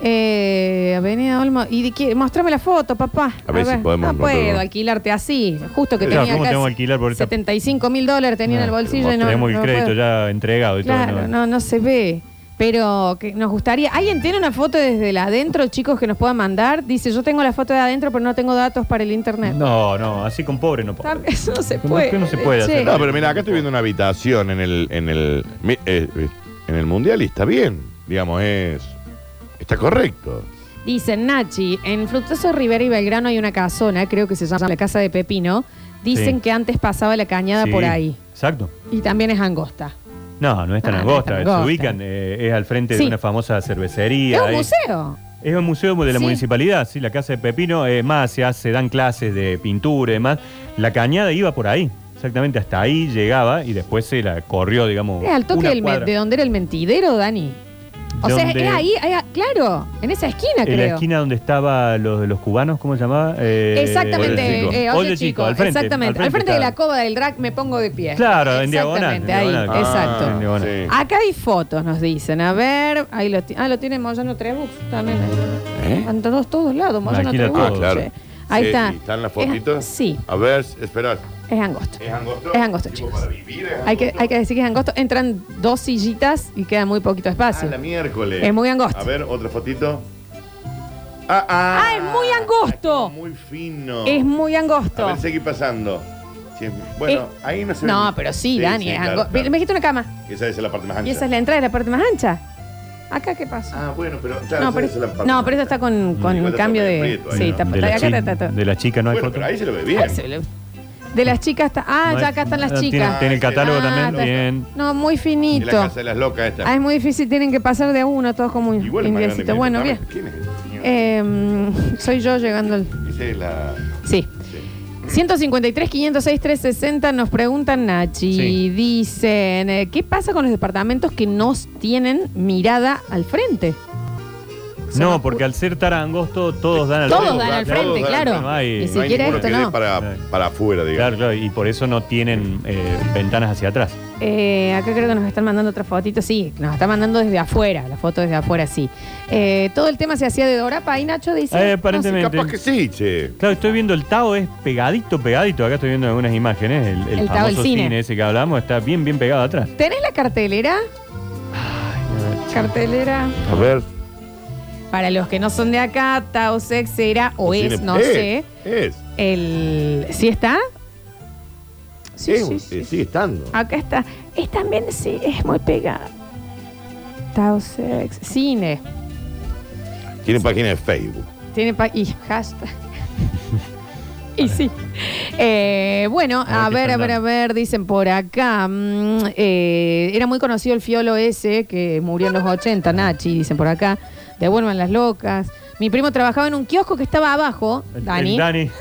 Eh, Avenida Olmo. ¿Y de qué? Mostrame la foto, papá. A ver si podemos No encontrar puedo uno. alquilarte así. Justo que Claro, tenía ¿cómo acá te vamos a alquilar por esta- 75 mil dólares tenía en el Ah, bolsillo y no. Tenemos el no crédito puedo. ya entregado y todo. Claro, ¿no? no, no se ve. Pero que nos gustaría. ¿Alguien tiene una foto desde el adentro, chicos, que nos pueda mandar? Dice, yo tengo la foto de adentro, pero no tengo datos para el internet. No, no, así con pobre no puedo. Tam- Eso no se No, puede. que no se puede che. hacer. No, pero mira, acá estoy viendo una habitación en el, en el, mi- eh, eh, en el mundial y está bien. Digamos, es. Está correcto. Dicen, Nachi, en Fructoso Rivera y Belgrano hay una casona, creo que se llama la Casa de Pepino. Dicen Sí. que antes pasaba la cañada Sí, por ahí. Exacto. Y también es angosta. No, no es tan No, no es angosta. tan Se angosta. ubican, eh, es al frente Sí. de una famosa cervecería. Es un ahí. museo. Es un museo de la Sí. municipalidad, sí, la casa de Pepino. Es más, se, hace, dan clases de pintura y demás. La cañada iba por ahí, exactamente, hasta ahí llegaba y después se la corrió, digamos. Es al toque una del me- cuadra. de donde era el mentidero, Dani. O sea, Donde- es ahí, ahí, ah, claro, en esa esquina, En creo. la esquina donde estaba los de los cubanos, ¿cómo se llamaba? Eh, Exactamente, eh, Chico. oye, chico, al frente. exactamente. Al frente de la estaba. coba del rack me pongo de pie. Claro, en diagonal, en Exactamente, ahí, diagonal. exacto. Ah, en diagonal. sí. Acá hay fotos, nos dicen. A ver, ahí lo, ti- ah, lo tiene Moyano Trebus también. ¿Eh? En todos, todos lados, Moyano Alquila Trebus. todo. Ah, claro. che. Ahí Sí, está. ¿y ¿Están las Es- fotitos? sí, A ver, esperad. es angosto. ¿Es angosto? Es angosto, Tipo, chicos. Para vivir, es Hay que, angosto. hay que decir que es angosto. Entran dos sillitas y queda muy poquito Ah, espacio. la miércoles. Es muy angosto. A ver, otra fotito. Ah, ah. Ah, es muy angosto. Muy fino. Es muy angosto. A ver, seguí pasando. Sí, bueno, Eh, ahí no se No, ve. pero sí, Dani, es claro, ango- claro. Me dijiste una cama. Esa es la parte más ancha. Y esa es la entrada de la parte más ancha. Acá, ¿qué pasa? Ah, bueno, pero claro, No, esa pero, es la parte no, más pero eso ancha. está con, con Igual está cambio medio de. prieto ahí, Sí, ¿no? está, De la, acá chi- está todo. de la chica no hay Bueno, foto. pero ahí se lo ve Ah, bien. se lo- De las chicas está. Ah, No hay- ya acá están las ah, tiene- chicas. Tiene, el catálogo Ah, también. está- Bien. No, muy Y la finito. casa de las locas esta. Ah, es muy difícil, tienen que pasar de a uno todos como un Igual es más grande indiecito. que este Bueno, bien. tamaño. ¿Quién es ese señor? Eh, soy yo llegando al. Esa es la... Sí. sí. 153, 506, 360 nos preguntan Nachi. Sí. Dicen, eh, ¿qué pasa con los departamentos que no tienen mirada al frente? Se me No, ocurre- porque al ser tan angosto, todos dan al Todos frente. dan al Todos frente, dan al claro. frente, no hay- Ni no hay No hay siquiera ninguno esto, que dé ¿no? para, para afuera, Claro, digamos. claro, y por eso no tienen eh, ventanas hacia atrás. Eh, acá creo que nos están mandando otra fotito. Sí, nos están mandando desde afuera, la foto desde afuera, sí. Eh, todo el tema se hacía de Dorapa. Ahí Nacho dice. Eh, no sé. aparentemente. Capaz que sí, che. Claro, estoy viendo el Tao, es pegadito, pegadito. Acá estoy viendo algunas imágenes. El, el El Tao, famoso el cine. cine. ese que hablamos está bien, bien pegado atrás. ¿Tenés la cartelera? Cartelera. A ver. Para los que no son de acá, Tao Sex era o es, Tiene- no es, sé. Es. El. ¿Sí está? Sí, es, sí, eh, sí. Sigue estando. Acá está. Es también, sí, es muy pegada. Tao Sex. Cine. Tiene página de Facebook. Tiene pa y hashtag. y sí. Eh, bueno, A a ver, ver qué a ver, a están ver, dicen por acá. mm, eh, era muy conocido el fiolo ese que murió en los 80, Nachi, dicen por acá. Devuelvan las locas. Mi primo trabajaba en un kiosco que estaba abajo, El- el Dani, Dani.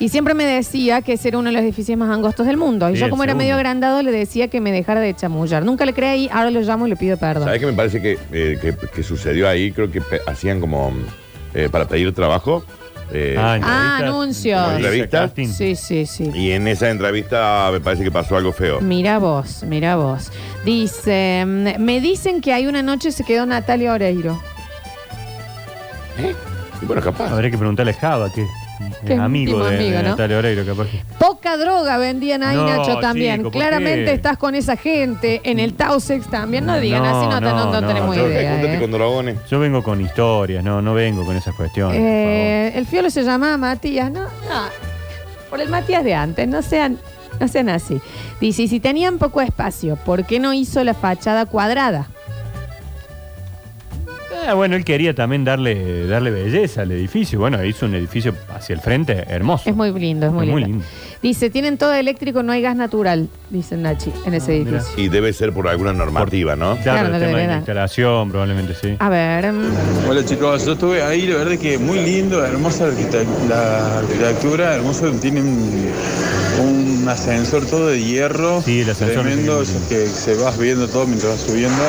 y siempre me decía que ese era uno de los edificios más angostos del mundo. Y Sí, yo, el como era segundo. medio agrandado, le decía que me dejara de chamullar. Nunca le creí, ahora lo llamo y le pido perdón. ¿Sabes qué me parece que, eh, que, que sucedió ahí? Creo que pe- hacían como mm, eh, para pedir trabajo. eh, Ah, Ah, entrevistas. anuncios. Entrevistas. Casting. Sí, sí, sí. y en esa entrevista me parece que pasó algo feo. Mira vos, mira vos. Dice, mm, me dicen que hay una noche se quedó Natalia Oreiro. Y bueno, capaz. Habría que preguntarle a Java, que Que es es amigo íntimo de, de amigo, ¿no? Natalia Oreiro, capaz que. Poca droga vendían ahí, No, Nacho, también. chico, ¿por Claramente qué? estás con esa gente. En el Tausex también. No digan No, así, no, te- no, no, no no, tenemos droga, Eh, idea. júntate ¿eh? con dragones. Yo vengo con historias, no, no vengo con esas cuestiones. por Eh, el fiolo se llamaba Matías, ¿no? No. Por el Matías de antes, no sean, no sean así. Dice, y si tenían poco espacio, ¿por qué no hizo la fachada cuadrada? Eh. favor. Ah, bueno, él quería también darle, darle belleza al edificio. Bueno, hizo un edificio hacia el frente hermoso. Es muy lindo, es muy, Es muy lindo. lindo. Dice, tienen todo eléctrico, no hay gas natural, dice Nachi, en ese mira. edificio. Y debe ser por alguna normativa, ¿no? Claro, Claro, no el le tema de debería la dar. Ah. instalación, probablemente sí. A ver, mm, Hola chicos, yo estuve ahí, la verdad es que muy lindo, hermosa arquitect- la arquitectura, hermoso, tienen un ascensor todo de hierro, Sí, el ascensor tremendo, lo tienen. esos que se vas viendo todo mientras vas subiendo,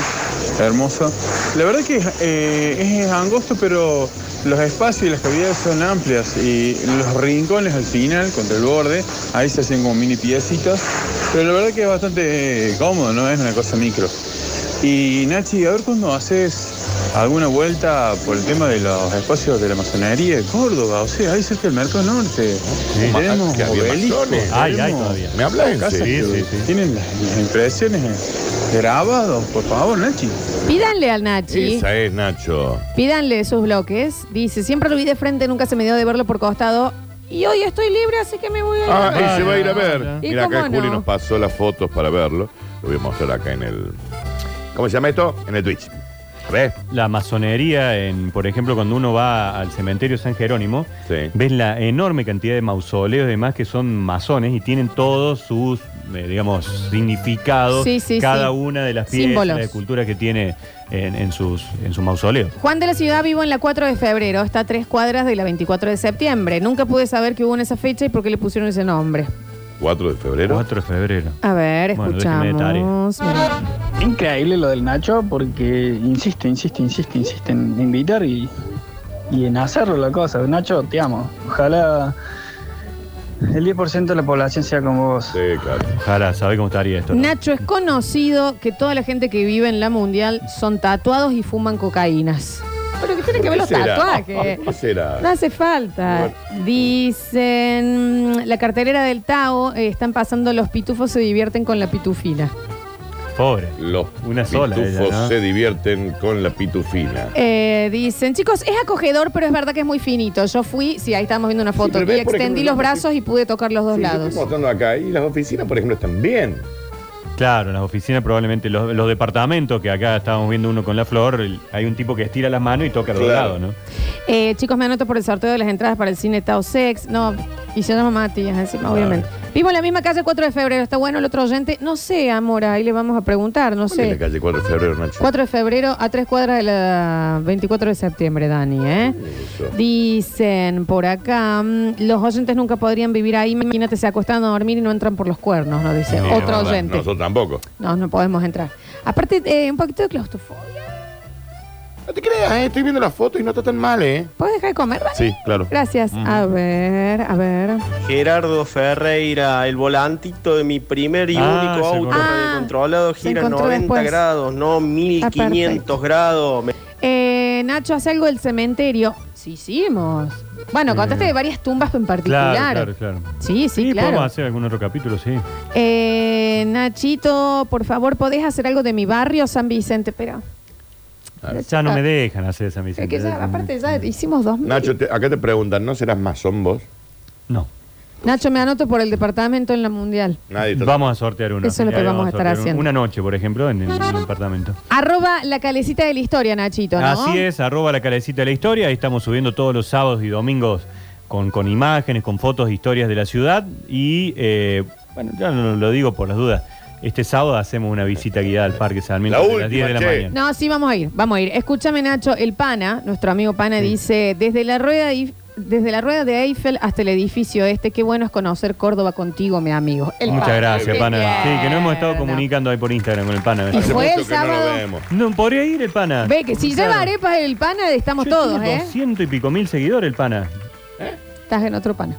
hermoso. La verdad es que eh, es angosto, pero los espacios y las cavidades son amplias y los rincones al final, contra el borde, ahí se hacen como mini piecitas, pero la verdad que es bastante eh, cómodo, no es una cosa micro. Y Nachi, a ver cuando haces alguna vuelta por el tema de los espacios de la masonería de Córdoba, o sea, ahí cerca del Mercado Norte. Tenemos Que había obeliscos, masones. Ay, ay, tenemos todavía. ¿Me hablas en casas serio? que sí, sí. Tienen las, las impresiones grabadas, por favor, Nachi. pídanle al Nachi. Esa es, Nacho. Pídanle sus bloques. Dice, siempre lo vi de frente, nunca se me dio de verlo por costado. Y hoy estoy libre, así que me voy a ir. Ah, a ver". y se va a ir a Ah, ver. ya. Mira, ¿Y cómo acá Juli no? nos pasó las fotos para verlo. Lo voy a mostrar acá en el. ¿Cómo se llama esto? En el Twitch. A ver. La masonería, en, por ejemplo, cuando uno va al cementerio San Jerónimo, Sí. ves la enorme cantidad de mausoleos y demás que son masones y tienen todos sus, eh, digamos, significados, Sí, sí, cada sí. una de las piezas, Símbolos. la escultura que tiene en, en sus, en su mausoleo. Juan de la Ciudad vivo en la 4 de febrero, está a tres cuadras de la 24 de septiembre. Nunca pude saber qué hubo en esa fecha y por qué le pusieron ese nombre. 4 de febrero. 4 de febrero. A ver, Bueno, déjeme de tarea. escuchamos. Mira. Increíble lo del Nacho porque insiste, insiste, insiste, insiste en invitar y, y en hacerlo la cosa. Nacho, te amo. Ojalá el 10% de la población sea como vos. Sí, claro. Ojalá, sabe cómo estaría esto. no? Nacho, es conocido que toda la gente que vive en la mundial son tatuados y fuman cocaínas. Pero que tiene que ver los ¿Qué será? tatuajes. ¿Qué será? No hace falta. mm, Dicen, la cartelera del Tao, eh, están pasando los pitufos, se divierten con la pitufina. Pobre. Los Una pitufos sola ella, ¿no? se divierten con la pitufina. Eh, dicen, chicos, es acogedor, pero es verdad que es muy finito. Yo fui, sí, ahí estábamos viendo una foto, pero y ves, por extendí ejemplo, los lo que- brazos y pude tocar los dos Sí, yo lados. Estoy mostrando acá. Y las oficinas, por ejemplo, están bien. Claro, en las oficinas probablemente los, los departamentos, que acá estábamos viendo uno con la flor, el- hay un tipo que estira las manos y toca al Claro. lado, ¿no? Eh, chicos, me anoto por el sorteo de las entradas para el cine Tao Sex. No, y se llama Matías encima, obviamente. Vivo en la misma calle 4 de febrero. Está bueno el otro oyente. No sé, amor, ahí le vamos a preguntar, no En la sé. calle 4 de febrero, Nacho. 4 de febrero a tres cuadras de la 24 de septiembre, Dani, ¿eh? Dicen por acá, mm, los oyentes nunca podrían vivir ahí. Imagínate, se acuestan a dormir y no entran por los cuernos, nos dice No, otro no, no, oyente. Nosotros tampoco. No, no podemos entrar. Aparte, eh, un poquito de claustrofobia. No te creas, eh, estoy viendo las fotos y no está tan mal, ¿eh? ¿Puedes dejar de comer, Dani? Sí, claro. Gracias. A ver, a ver. Gerardo Ferreira, el volantito de mi primer y Ah, único se auto acordó. controlado Se gira encontró 90 después. Ah, grados, no 1500 grados. Me- Eh, Nacho, hace algo del cementerio. Sí, hicimos. Bueno, contaste de varias tumbas en particular. Claro, claro, claro. Sí, sí, claro. podemos hacer algún otro capítulo, sí. Eh, Nachito, por favor, ¿podés hacer algo de mi barrio, San Vicente? Pero, Ya no me dejan hacer esa misión. Ah. es que ya, aparte ya hicimos dos mil. Nacho, te- acá te preguntan, ¿no serás masón vos? No. Nacho, me anoto por el departamento en la mundial. Nadie está- Vamos a sortear uno. Eso es lo que Ahí vamos a estar sortear un- haciendo. Una noche, por ejemplo, en el, en el departamento. Arroba la calecita de la historia, Nachito, ¿no? Así es, arroba la carecita de la historia. Ahí estamos subiendo todos los sábados y domingos con, con imágenes, con fotos, e historias de la ciudad. Y, eh, bueno, ya no lo digo por las dudas. Este sábado hacemos una visita guiada al Parque Sarmiento La a las 10 última, de la che. mañana. No, sí, vamos a ir, vamos a ir. Escúchame, Nacho, el pana, nuestro amigo pana, dice, desde la rueda de Eif- desde la rueda de Eiffel hasta el edificio este, qué bueno es conocer Córdoba contigo, mi amigo. El Muchas pana. gracias, Qué Pana. Sí, que no hemos estado tierno. comunicando ahí por Instagram con el Pana. ¿eh? Y Hace fue mucho el que no lo sábado. vemos. No, podría ir el Pana. Ve que si lleva arepas el pana, estamos Che, todos, tiene ¿eh? 200 y pico mil seguidores el Pana. Estás en otro pana.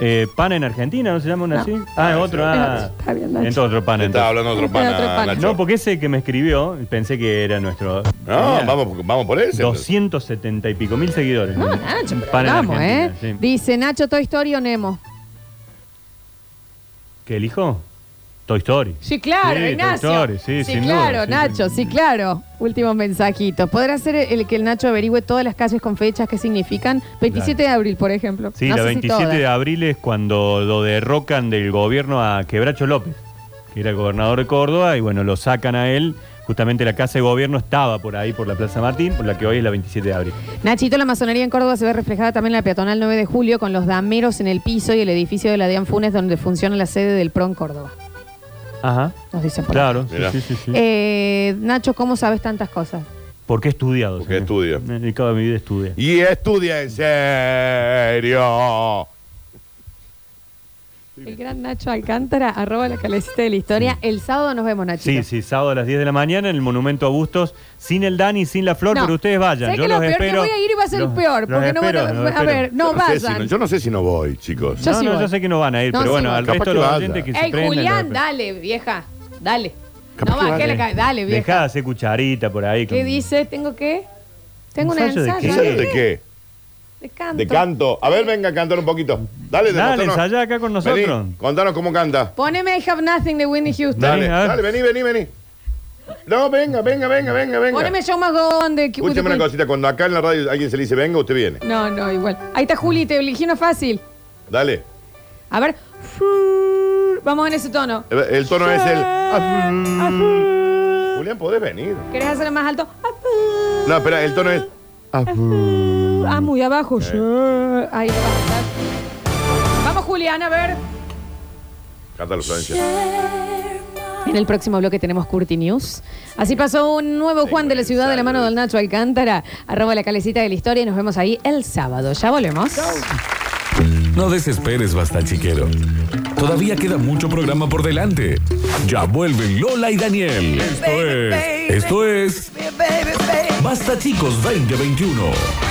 Eh, ¿Pana en Argentina? ¿No se llama una No. así? Ah, Ah, otro. sí. Ah, Está bien, Nacho. entonces otro Pana. Estaba entonces. hablando otro Otro pana, pana. Nacho. No, porque ese que me escribió, pensé que era nuestro. No, Tenía vamos, vamos por ese. pues. 270 y pico mil seguidores. No, Nacho, pero Pana en vamos, ¿eh? Argentina, sí. Dice Nacho, Toy Story o Nemo. ¿Qué elijo? Toy Story. Sí, claro, Sí, Toy Ignacio. Story, sí, sin claro, duda, sí, Nacho, sí. sí, claro. Último mensajito. ¿Podrá ser el que el Nacho averigüe todas las calles con fechas que significan? 27 de abril, por ejemplo. Sí, No la sé si 27 todas. de abril es cuando lo derrocan del gobierno a Quebracho López, que era el gobernador de Córdoba, y bueno, lo sacan a él. Justamente la casa de gobierno estaba por ahí, por la Plaza Martín, por la que hoy es la 27 de abril. Nachito, la masonería en Córdoba se ve reflejada también en la peatonal 9 de julio con los dameros en el piso y el edificio de la DEAN Funes donde funciona la sede del PRON Córdoba. Ajá, Nos dicen por claro. acá. sí, Mirá. sí, sí, sí. Eh, Nacho, ¿cómo sabes tantas cosas? ¿Por qué he estudiado? Porque señor? estudio. Me he dedicado a mi vida a estudiar. Y estudia en serio. El gran Nacho Alcántara, arroba la calecita de la historia. El sábado nos vemos, Nachito. Sí, sí, sábado a las 10 de la mañana en el Monumento a Bustos, sin el Dani, sin la Flor, No. pero ustedes vayan. Sé Yo que los lo peor espero. que voy a ir va a ser Los- el peor, los porque no van espero, a, los a espero. ver, no, yo, no sé si no, vayan. yo no sé si no voy, chicos. Yo no, sí no, voy. yo sé que no van a ir, No, pero sí bueno, voy. al Capaz resto que de los vaya. oyentes que se Ey, prendan, pues. Julián, los- dale, vieja. Dale. Capaz no que bajé la vale. ca- Dale, vieja. Dejá de hacer cucharita por ahí. ¿Qué con- dice? ¿Tengo qué? Tengo un ¿Ensayo de ensayo. qué? ¿Ensayo de qué? De canto. De canto. A ver, venga a cantar un poquito. Dale, Dale, demostranos. ensayá acá con nosotros. Vení, contanos cómo canta. Poneme I Have Nothing de Whitney Houston. Dale, Dale, a ver. dale, vení, vení, vení. No, venga, venga, venga, venga, Poneme venga. Show Must Go On de Escúchame una cosita, cuando acá en la radio alguien se le dice venga, usted viene. No, no, igual. Ahí está Juli, te elegí una fácil. Dale. A ver. Frrr. Vamos en ese tono. El- El tono es el. Afrr. Julián, podés venir. ¿Querés hacerlo más alto? No, espera, el tono es. Ah, muy abajo. Ahí lo vas a estar. Vamos, Julián, a ver. Cántalo, Florencia. En el próximo bloque tenemos Curti News. Así pasó un nuevo Juan de la ciudad de la mano del Nacho Alcántara. Arroba la calecita de la historia y nos vemos ahí el sábado. Ya volvemos. No desesperes, basta chiquero. Todavía queda mucho programa por delante. Ya vuelven Lola y Daniel. Esto es. Esto es. Basta chicos 2021.